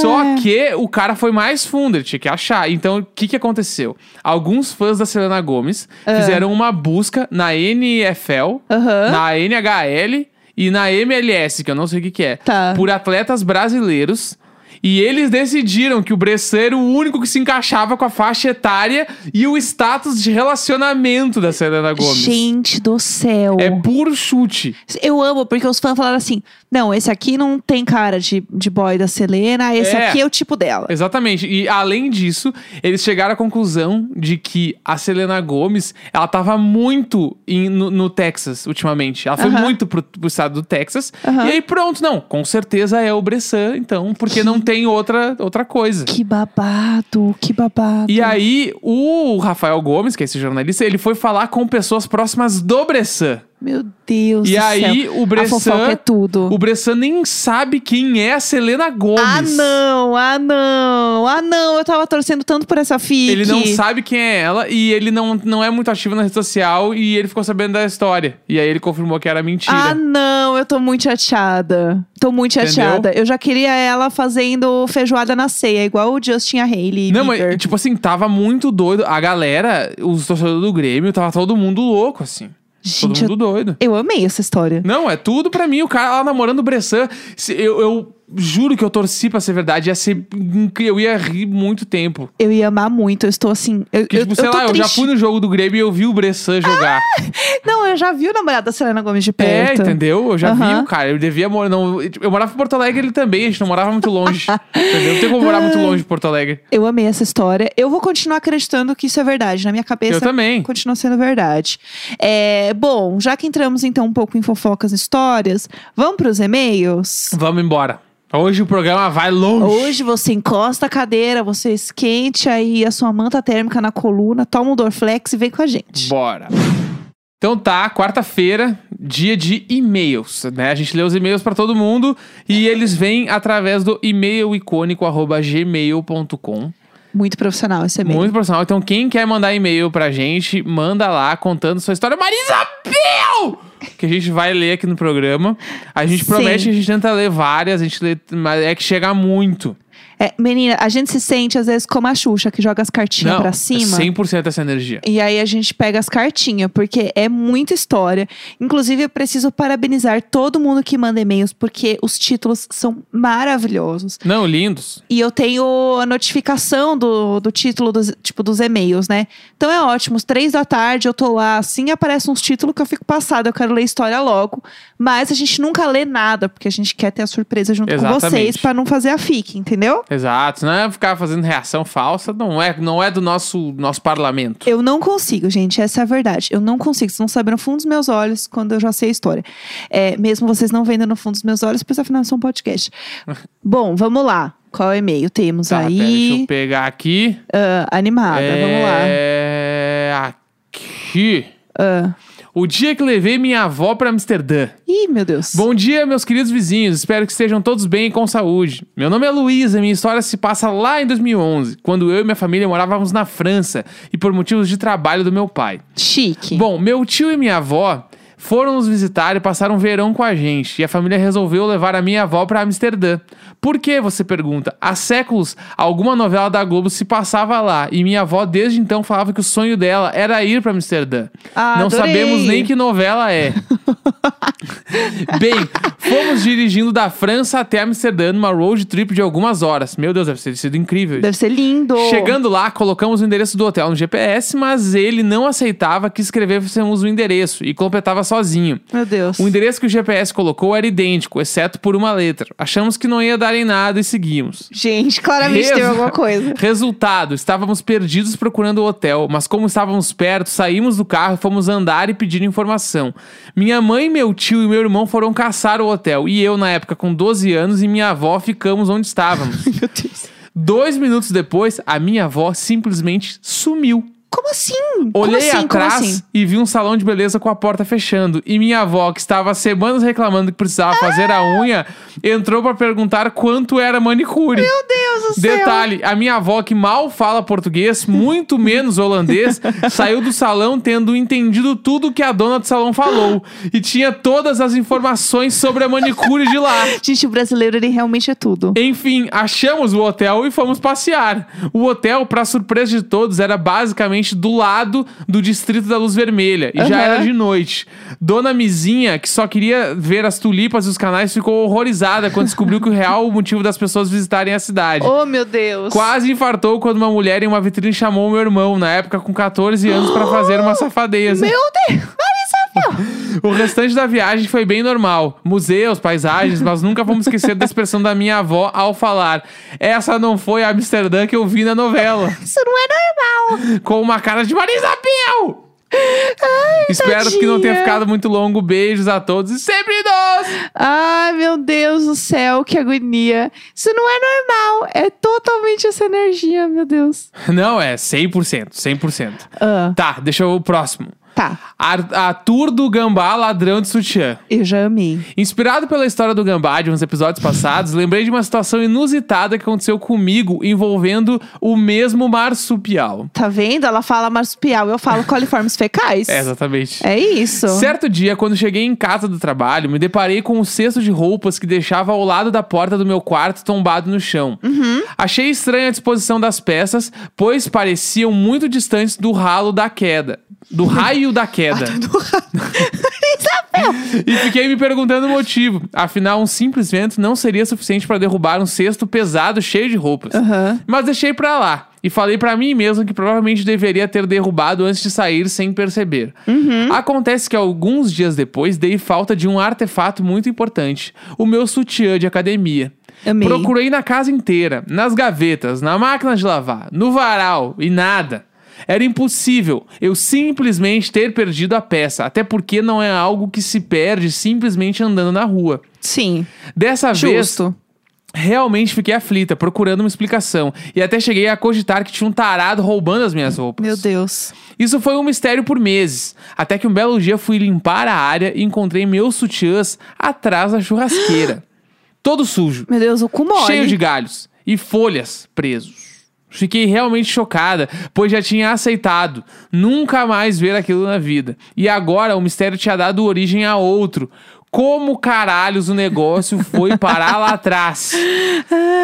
Speaker 2: Só que o cara foi mais fundo, ele tinha que achar. Então, o que, que aconteceu? Alguns fãs da Selena Gomes fizeram uma busca na NFL,
Speaker 1: Ah. Aham.
Speaker 2: na NHL e na MLS, que eu não sei o que, que é,
Speaker 1: Tá.
Speaker 2: por atletas brasileiros. E eles decidiram que o Bressan era o único que se encaixava com a faixa etária e o status de relacionamento da Selena Gomes.
Speaker 1: Gente do céu.
Speaker 2: É puro chute.
Speaker 1: Eu amo, porque os fãs falaram assim: não, esse aqui não tem cara de, de boy da Selena, esse
Speaker 2: É.
Speaker 1: aqui é o tipo dela.
Speaker 2: Exatamente. E além disso, eles chegaram à conclusão de que a Selena Gomes, ela tava muito em- no, no Texas ultimamente. Ela foi
Speaker 1: Aham.
Speaker 2: muito pro, pro estado do Texas.
Speaker 1: Aham.
Speaker 2: E aí pronto, não, com certeza é o Bressan, então, porque não tem outra, outra coisa.
Speaker 1: Que babado, que babado.
Speaker 2: E aí, o Rafael Gomes, que é esse jornalista, ele foi falar com pessoas próximas do Bressan.
Speaker 1: Meu Deus
Speaker 2: E
Speaker 1: do
Speaker 2: aí,
Speaker 1: céu.
Speaker 2: o
Speaker 1: A fofoca é
Speaker 2: Bressan.
Speaker 1: tudo.
Speaker 2: O Bressan nem sabe quem é a Selena Gomes.
Speaker 1: Ah, não, ah, não, ah, não. Eu tava torcendo tanto por essa fique.
Speaker 2: Ele não sabe quem é ela e ele não, não é muito ativo na rede social e ele ficou sabendo da história. E aí ele confirmou que era mentira.
Speaker 1: Ah, não, eu tô muito chateada. Tô muito
Speaker 2: Entendeu?
Speaker 1: chateada. Eu já queria ela fazendo feijoada na ceia, igual o Justin Haley.
Speaker 2: não, mas tipo assim, tava muito doido. A galera, os torcedores do Grêmio, tava todo mundo louco, assim.
Speaker 1: Gente,
Speaker 2: todo mundo doido.
Speaker 1: eu amei essa história.
Speaker 2: Não, é tudo pra mim. O cara lá namorando o Bressan. se- Eu, eu juro que eu torci pra ser verdade. Ia ser. incri- Eu ia rir muito tempo.
Speaker 1: Eu ia amar muito, eu estou assim. Eu,
Speaker 2: Porque,
Speaker 1: eu,
Speaker 2: tipo, sei
Speaker 1: eu tô
Speaker 2: lá, eu já
Speaker 1: triste. Ah!
Speaker 2: fui no jogo do Grêmio e eu vi o Bressan jogar.
Speaker 1: Não, eu já vi o namorado da Selena Gomes de
Speaker 2: É,
Speaker 1: perto.
Speaker 2: entendeu? Eu já vi
Speaker 1: Aham.
Speaker 2: o cara. Eu devia morar. Não, tipo, eu morava em Porto Alegre, ele também. A gente não morava muito longe. entendeu? Não tem como morar muito longe de Porto Alegre.
Speaker 1: Eu amei essa história. Eu vou continuar acreditando que isso é verdade. Na minha cabeça,
Speaker 2: Eu também.
Speaker 1: continua sendo verdade. É, bom, já que entramos então um pouco em fofocas e histórias, vamos pros e-mails?
Speaker 2: Vamos embora. Hoje o programa vai longe.
Speaker 1: Hoje você encosta a cadeira, você esquente aí a sua manta térmica na coluna, toma um Dorflex e vem com a gente.
Speaker 2: Bora. Então tá, quarta-feira, dia de e-mails, né? A gente lê os e-mails pra todo mundo e eles vêm através do e-mail icônico arroba gmail.com.
Speaker 1: Muito profissional esse e-mail.
Speaker 2: Muito profissional. Então, quem quer mandar e-mail pra gente, manda lá contando sua história. Marisa Biel! Que a gente vai ler aqui no programa. A gente
Speaker 1: Sim.
Speaker 2: promete que a gente tenta ler várias, a gente lê, mas é que chega muito.
Speaker 1: É, menina, a gente se sente às vezes como a Xuxa, que joga as cartinhas
Speaker 2: Não,
Speaker 1: pra cima.
Speaker 2: É 100% essa energia.
Speaker 1: E aí a gente pega as cartinhas, porque é muita história. Inclusive, eu preciso parabenizar todo mundo que manda e-mails, porque os títulos são maravilhosos.
Speaker 2: Não, lindos.
Speaker 1: E eu tenho a notificação do, do título dos, tipo, dos e-mails, né? Então é ótimo. Às três da tarde eu tô lá, assim aparece uns títulos que eu fico passada, eu quero ler história logo. Mas a gente nunca lê nada, porque a gente quer ter a surpresa junto com vocês
Speaker 2: Exatamente.
Speaker 1: pra não fazer a fique, entendeu?
Speaker 2: Exato, né? Ficar fazendo reação falsa não é, não é do nosso, nosso parlamento.
Speaker 1: Eu não consigo, gente. Essa é a verdade. Eu não consigo. Vocês não sabem no fundo dos meus olhos quando eu já sei a história. É, mesmo vocês não vendo no fundo dos meus olhos, pois afinal, isso é um podcast. Bom, vamos lá. Qual é o e-mail? Temos
Speaker 2: Tá, pera, deixa eu
Speaker 1: aí.
Speaker 2: pegar aqui.
Speaker 1: Ah, animada, vamos lá.
Speaker 2: é... Aqui.
Speaker 1: Ah.
Speaker 2: O dia que levei minha avó pra Amsterdã.
Speaker 1: Ih, meu Deus.
Speaker 2: Bom dia, meus queridos vizinhos. Espero que estejam todos bem e com saúde. Meu nome é Luísa. Minha história se passa lá em 2011, quando eu e minha família morávamos na França e por motivos de trabalho do meu pai.
Speaker 1: Chique.
Speaker 2: Bom, meu tio e minha avó foram nos visitar e passaram um verão com a gente. E a família resolveu levar a minha avó para Amsterdã. Por que, você pergunta? Há séculos, alguma novela da Globo se passava lá. E minha avó, desde então, falava que o sonho dela era ir para Amsterdã.
Speaker 1: Ah,
Speaker 2: Não
Speaker 1: adorei.
Speaker 2: sabemos nem que novela é. Bem, fomos dirigindo da França até Amsterdã numa road trip de algumas horas. Meu Deus, deve ter sido incrível.
Speaker 1: Deve ser lindo.
Speaker 2: Chegando lá, colocamos o endereço do hotel no GPS, mas ele não aceitava que escrevêssemos o endereço e completava sozinho.
Speaker 1: Meu Deus.
Speaker 2: O endereço que o GPS colocou era idêntico, exceto por uma letra. Achamos que não ia dar em nada e seguimos.
Speaker 1: Gente, claramente
Speaker 2: Resu-
Speaker 1: tem alguma coisa.
Speaker 2: Resultado: estávamos perdidos procurando o hotel, mas como estávamos perto, saímos do carro, fomos andar e pedir informação. Minha mãe, meu tio e meu irmão foram caçar o hotel, e eu, na época, com 12 anos, e minha avó ficamos onde estávamos.
Speaker 1: Meu Deus.
Speaker 2: Dois minutos depois, a minha avó simplesmente sumiu.
Speaker 1: Como assim? Como
Speaker 2: Olhei
Speaker 1: assim?
Speaker 2: atrás
Speaker 1: Como assim?
Speaker 2: e vi um salão de beleza com a porta fechando. E minha avó, que estava há semanas reclamando que precisava fazer a unha, entrou para perguntar quanto era a manicure.
Speaker 1: Meu Deus do céu.
Speaker 2: Detalhe, a minha avó, que mal fala português, muito menos holandês, saiu do salão tendo entendido tudo que a dona do salão falou. E tinha todas as informações sobre a manicure de lá.
Speaker 1: Gente, o brasileiro, ele realmente é tudo.
Speaker 2: Enfim, achamos o hotel e fomos passear. O hotel, para surpresa de todos, era basicamente exatamente do lado do distrito da luz vermelha. E já
Speaker 1: Aham.
Speaker 2: era de noite. Dona Mizinha, que só queria ver as tulipas e os canais, ficou horrorizada quando descobriu que o real motivo das pessoas visitarem a cidade.
Speaker 1: Oh, meu Deus.
Speaker 2: Quase infartou quando uma mulher em uma vitrine chamou meu irmão, na época com 14 anos, pra fazer uma safadeza.
Speaker 1: Meu Deus. Olha isso, meu.
Speaker 2: O restante da viagem foi bem normal. Museus, paisagens, mas nunca vamos esquecer da expressão da minha avó ao falar. Essa não foi a Amsterdã que eu vi na novela.
Speaker 1: Isso não é normal.
Speaker 2: Com uma cara de Marisa Piel! Espero que não tenha
Speaker 1: tadinha.
Speaker 2: ficado muito longo. Beijos a todos e sempre nós!
Speaker 1: Ai, meu Deus do céu, que agonia. Isso não é normal. É totalmente essa energia, meu Deus.
Speaker 2: Não, é 100%, 100%.
Speaker 1: Ah,
Speaker 2: Tá, deixa eu o próximo.
Speaker 1: tá.
Speaker 2: Ar- Arthur do Gambá, ladrão de sutiã.
Speaker 1: Eu já amei.
Speaker 2: Inspirado pela história do Gambá de uns episódios passados, lembrei de uma situação inusitada que aconteceu comigo envolvendo o mesmo marsupial.
Speaker 1: Tá vendo? Ela fala marsupial, eu falo coliformes fecais.
Speaker 2: É, exatamente.
Speaker 1: É isso.
Speaker 2: Certo dia, quando cheguei em casa do trabalho, me deparei com um cesto de roupas que deixava ao lado da porta do meu quarto tombado no chão. Achei estranha a disposição das peças, pois pareciam muito distantes do ralo da queda. Do raio da queda. é E fiquei me perguntando o motivo. Afinal, um simples vento não seria suficiente para derrubar um cesto pesado cheio de roupas.
Speaker 1: Aham.
Speaker 2: Mas deixei pra lá e falei pra mim mesmo que provavelmente deveria ter derrubado antes de sair sem perceber. Acontece que alguns dias depois dei falta de um artefato muito importante: o meu sutiã de academia.
Speaker 1: Amei.
Speaker 2: Procurei na casa inteira, nas gavetas, na máquina de lavar, no varal e nada. Era impossível eu simplesmente ter perdido a peça, até porque não é algo que se perde simplesmente andando na rua.
Speaker 1: Sim.
Speaker 2: Dessa vez,
Speaker 1: Justo.
Speaker 2: Realmente fiquei aflita, procurando uma explicação. E até cheguei a cogitar que tinha um tarado roubando as minhas roupas.
Speaker 1: Meu Deus.
Speaker 2: Isso foi um mistério por meses. Até que um belo dia fui limpar a área e encontrei meus sutiãs atrás da churrasqueira. todo sujo,
Speaker 1: Meu Deus, o cu mole.
Speaker 2: cheio de galhos e folhas presos. Fiquei realmente chocada, pois já tinha aceitado nunca mais ver aquilo na vida. E agora o mistério tinha dado origem a outro. Como caralhos o negócio foi parar lá atrás?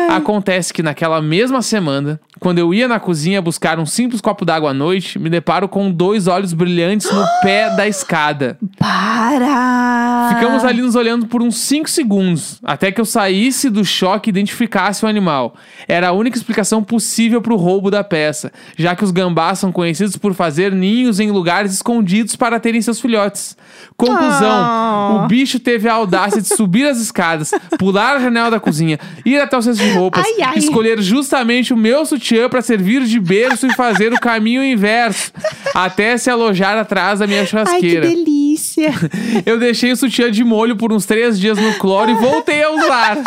Speaker 2: Acontece que naquela mesma semana, quando eu ia na cozinha buscar um simples copo d'água à noite, me deparo com dois olhos brilhantes no pé da escada.
Speaker 1: Para!
Speaker 2: Ficamos ali nos olhando por uns 5 segundos, até que eu saísse do choque e identificasse o animal. Era a única explicação possível pro roubo da peça, já que os gambás são conhecidos por fazer ninhos em lugares escondidos para terem seus filhotes. Conclusão:
Speaker 1: Ah.
Speaker 2: o bicho teve a audácia de subir as escadas, pular a janela da cozinha, ir até o cesto de roupas,
Speaker 1: Ai, ai.
Speaker 2: escolher justamente o meu sutiã para servir de berço e fazer o caminho inverso, até se alojar atrás da minha
Speaker 1: Ai, que
Speaker 2: churrasqueira.
Speaker 1: delícia.
Speaker 2: Eu deixei o sutiã de molho por uns três dias no cloro e voltei a usar.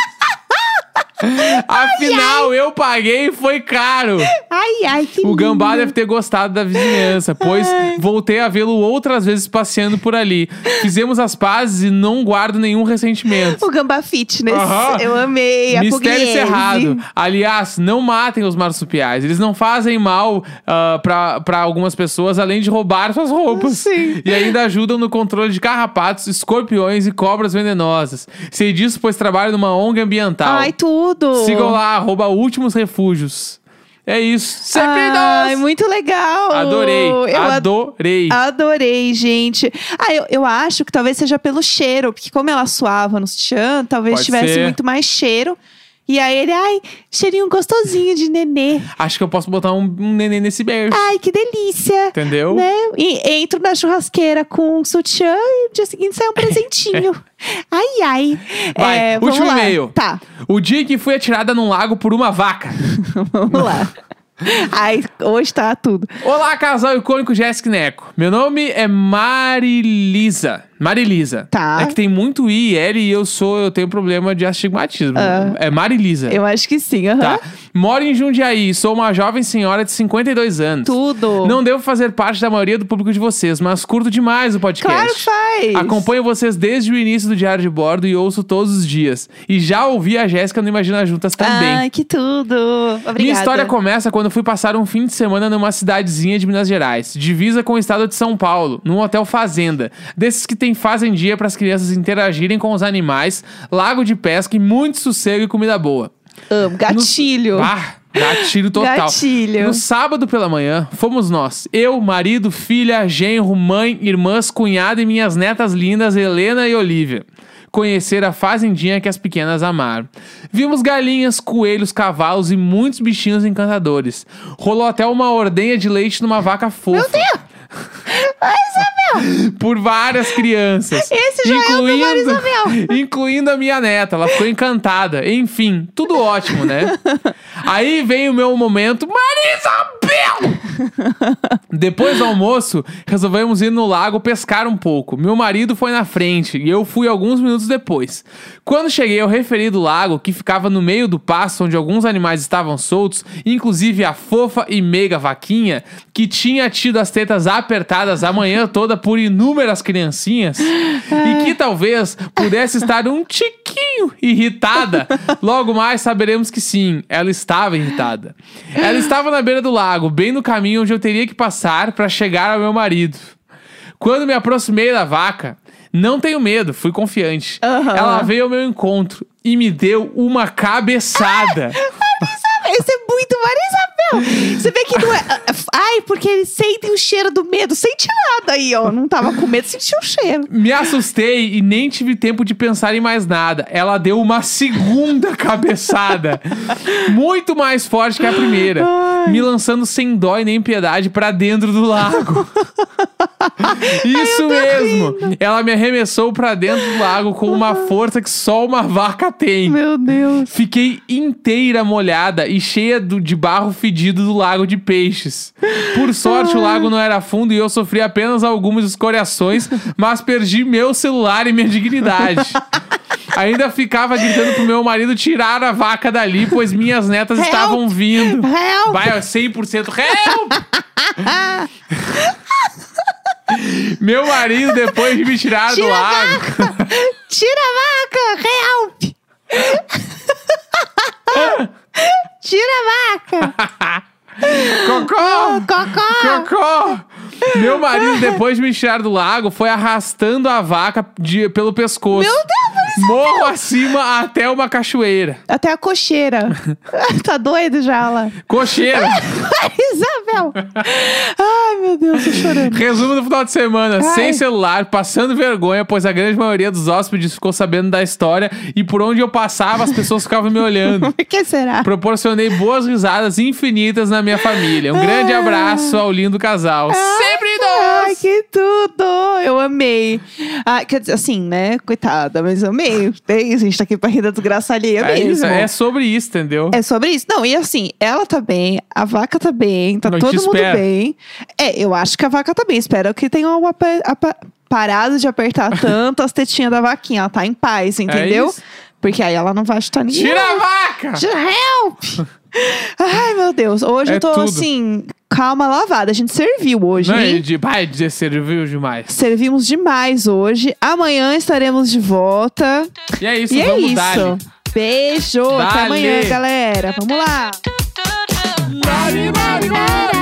Speaker 2: Afinal, eu paguei e foi caro.
Speaker 1: Ai, ai, que
Speaker 2: O gambá
Speaker 1: lindo.
Speaker 2: deve ter gostado da vizinhança, pois voltei a vê-lo outras vezes passeando por ali. Fizemos as pazes e não guardo nenhum ressentimento.
Speaker 1: O gambá fitness.
Speaker 2: Aham.
Speaker 1: Eu amei. a
Speaker 2: Mistério
Speaker 1: Pugliese.
Speaker 2: encerrado. Aliás, não matem os marsupiais. Eles não fazem mal ah, pra para algumas pessoas, além de roubar suas roupas.
Speaker 1: Sim.
Speaker 2: E ainda ajudam no controle de carrapatos, escorpiões e cobras venenosas. Sei disso, pois trabalho numa ONG ambiental.
Speaker 1: Ai, tudo.
Speaker 2: Sigam lá, arroba últimos refúgios. É isso. Sempre
Speaker 1: Ai,
Speaker 2: nós!
Speaker 1: muito legal.
Speaker 2: Adorei,
Speaker 1: Eu ad- Ah.
Speaker 2: adorei.
Speaker 1: Adorei, gente. Ah, eu, eu acho que talvez seja pelo cheiro, porque como ela suava no sutiã, talvez
Speaker 2: Pode
Speaker 1: tivesse
Speaker 2: ser.
Speaker 1: muito mais cheiro. E aí ele, ai, cheirinho gostosinho de nenê.
Speaker 2: Acho que eu posso botar um, um neném nesse berço,
Speaker 1: Ai, que delícia.
Speaker 2: entendeu?
Speaker 1: Ah, Né? E entro na churrasqueira com um sutiã e no dia seguinte sai um presentinho. ai, ai.
Speaker 2: Vai,
Speaker 1: É, vamos
Speaker 2: último
Speaker 1: lá.
Speaker 2: e-mail.
Speaker 1: Tá,
Speaker 2: O dia em que fui atirada num lago por uma vaca.
Speaker 1: vamos lá. ai, hoje tá tudo.
Speaker 2: Olá, casal icônico Jéssica e Neco. Meu nome é Marilisa. Marilisa.
Speaker 1: Tá.
Speaker 2: É que tem muito I e L e eu sou, eu tenho problema de astigmatismo. É Marilisa.
Speaker 1: Ah. Eu acho que sim, aham.
Speaker 2: Tá. Moro em Jundiaí, sou uma jovem senhora de 52 anos.
Speaker 1: Tudo.
Speaker 2: Não devo fazer parte da maioria do público de vocês, mas curto demais o podcast.
Speaker 1: Claro que faz.
Speaker 2: Acompanho vocês desde o início do Diário de Bordo e ouço todos os dias. E já ouvi a Jéssica no Imagina Juntas também.
Speaker 1: Ai, que tudo. Obrigada.
Speaker 2: Minha história começa quando fui passar um fim de semana numa cidadezinha de Minas Gerais, divisa com o estado de São Paulo, num hotel fazenda, desses que tem fazendia para as crianças interagirem com os animais, lago de pesca e muito sossego e comida boa.
Speaker 1: Amo, gatilho.
Speaker 2: Ah, Gatilho total.
Speaker 1: Gatilho.
Speaker 2: No sábado pela manhã, fomos nós. Eu, marido, filha, genro, mãe, irmãs, cunhada e minhas netas lindas, Helena e Olivia. Conhecer a fazendinha que as pequenas amaram. Vimos galinhas, coelhos, cavalos e muitos bichinhos encantadores. Rolou até uma ordenha de leite numa vaca fofa. Meu Deus! Por várias crianças.
Speaker 1: Esse já é o do Mário Isabel.
Speaker 2: Incluindo a minha neta, ela ficou encantada. Enfim, tudo ótimo, né? Aí vem o meu momento, Marisabel! Depois do almoço, resolvemos ir no lago pescar um pouco. Meu marido foi na frente e eu fui alguns minutos depois. Quando cheguei ao referido lago, que ficava no meio do pasto onde alguns animais estavam soltos, inclusive a fofa e meiga vaquinha, que tinha tido as tetas apertadas a manhã toda por inúmeras criancinhas, e que talvez pudesse estar um tiquinho irritada. Logo mais saberemos que sim, ela estava irritada. Ela estava na beira do lago, bem no caminho onde eu teria que passar para chegar ao meu marido. Quando me aproximei da vaca, não tenho medo, fui confiante.
Speaker 1: Aham.
Speaker 2: Ela veio ao meu encontro e me deu uma cabeçada.
Speaker 1: Sabe, Esse é muito Maria Isabel. Você vê que não é. Ai, porque eles sentem o cheiro do medo. Sente nada aí, ó. Não tava com medo, sentiu o cheiro.
Speaker 2: Me assustei e nem tive tempo de pensar em mais nada. Ela deu uma segunda cabeçada, muito mais forte que a primeira, me lançando sem dó e nem piedade pra dentro do lago. Isso mesmo. Ela me arremessou pra dentro do lago com uma força que só uma vaca tem.
Speaker 1: Meu Deus.
Speaker 2: Fiquei inteira molhada e cheia do- de barro fedido do lago de peixes. Por sorte, o lago não era fundo e eu sofri apenas algumas escoriações, mas perdi meu celular e minha dignidade. Ainda ficava gritando pro meu marido tirar a vaca dali, pois minhas netas
Speaker 1: Help!
Speaker 2: estavam vindo.
Speaker 1: Help!
Speaker 2: Vai, ó, 100% help! meu marido, depois de me tirar do
Speaker 1: Tira a
Speaker 2: lago,
Speaker 1: vaca! Tira a vaca! Help! Tira a vaca!
Speaker 2: cocô!
Speaker 1: Cocó!
Speaker 2: Cocó! Meu marido, depois de me tirar do lago, foi arrastando a vaca de- pelo pescoço.
Speaker 1: Meu Deus! Maria Isabel.
Speaker 2: Morro acima até uma cachoeira.
Speaker 1: Até a cocheira. tá doido já, lá.
Speaker 2: Cocheira!
Speaker 1: Isabel! Ai, meu Deus, tô chorando.
Speaker 2: Resumo do final de semana:
Speaker 1: Ai.
Speaker 2: sem celular, passando vergonha, pois a grande maioria dos hóspedes ficou sabendo da história e por onde eu passava as pessoas ficavam me olhando.
Speaker 1: Por que será?
Speaker 2: Proporcionei boas risadas infinitas na minha família. Um grande
Speaker 1: Ah.
Speaker 2: abraço ao lindo casal. Sempre dois!
Speaker 1: Ai, que tudo! Eu amei. Ah, quer dizer, assim, né? Coitada, mas eu amei. É isso, a gente tá aqui pra rir da desgraça alheia
Speaker 2: É,
Speaker 1: mesmo.
Speaker 2: isso, é sobre isso, entendeu?
Speaker 1: É sobre isso. Não, e assim, ela tá bem, a vaca tá bem, tá
Speaker 2: Não, a gente
Speaker 1: todo mundo
Speaker 2: espera.
Speaker 1: bem. É, eu acho que a vaca tá bem. Espero que tenha uma apa- apa- parado de apertar tanto as tetinhas da vaquinha. Ela tá em paz, entendeu?
Speaker 2: É isso.
Speaker 1: Porque aí ela não vai chutar ninguém.
Speaker 2: Tira a vaca!
Speaker 1: Tira, help! Ai, meu Deus. Hoje
Speaker 2: É
Speaker 1: eu tô
Speaker 2: tudo.
Speaker 1: assim, calma lavada. A gente serviu hoje,
Speaker 2: Não, é.
Speaker 1: hein?
Speaker 2: e de, pai, de serviu demais.
Speaker 1: Servimos demais hoje. Amanhã estaremos de volta.
Speaker 2: E é isso,
Speaker 1: e é
Speaker 2: vamos
Speaker 1: isso.
Speaker 2: dar.
Speaker 1: Beijo. Até
Speaker 2: Dale.
Speaker 1: amanhã, galera. Vamos lá.
Speaker 3: Vamos lá.
Speaker 2: Dali, dali, dali.